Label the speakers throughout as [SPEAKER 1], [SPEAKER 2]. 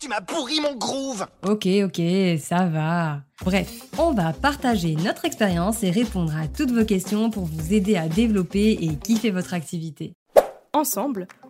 [SPEAKER 1] Tu m'as pourri mon groove
[SPEAKER 2] Ok, ok, ça va. Bref, on va partager notre expérience et répondre à toutes vos questions pour vous aider à développer et kiffer votre activité.
[SPEAKER 3] Ensemble,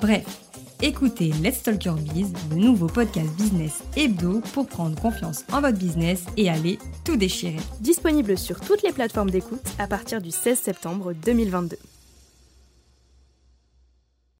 [SPEAKER 2] bref, écoutez Let's Talk Your Biz, le nouveau podcast business hebdo pour prendre confiance en votre business et aller tout déchirer.
[SPEAKER 3] Disponible sur toutes les plateformes d'écoute à partir du 16 septembre 2022.